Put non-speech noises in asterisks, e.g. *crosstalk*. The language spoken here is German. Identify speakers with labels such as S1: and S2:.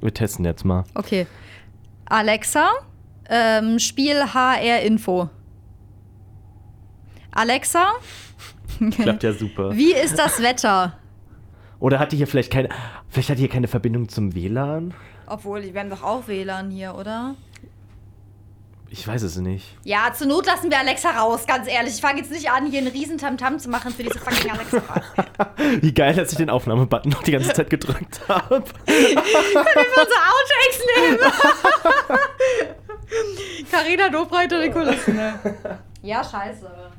S1: Wir testen jetzt mal.
S2: Okay. Alexa, ähm, Spiel HR Info. Alexa,
S1: *laughs* Klappt ja super.
S2: wie ist das Wetter?
S1: Oder hatte hier vielleicht keine. Vielleicht hat hier keine Verbindung zum WLAN?
S2: Obwohl, wir haben doch auch WLAN hier, oder?
S1: Ich weiß es nicht.
S2: Ja, zur Not lassen wir Alexa raus, ganz ehrlich. Ich fange jetzt nicht an, hier einen riesen Tamtam zu machen für diese fucking Alexa.
S1: Wie geil, dass ich den Aufnahmebutton noch die ganze Zeit gedrückt habe.
S2: Unsere Outtakes nehmen. *laughs* Carina Dobreiter, die Kulissen. ne? Ja, scheiße.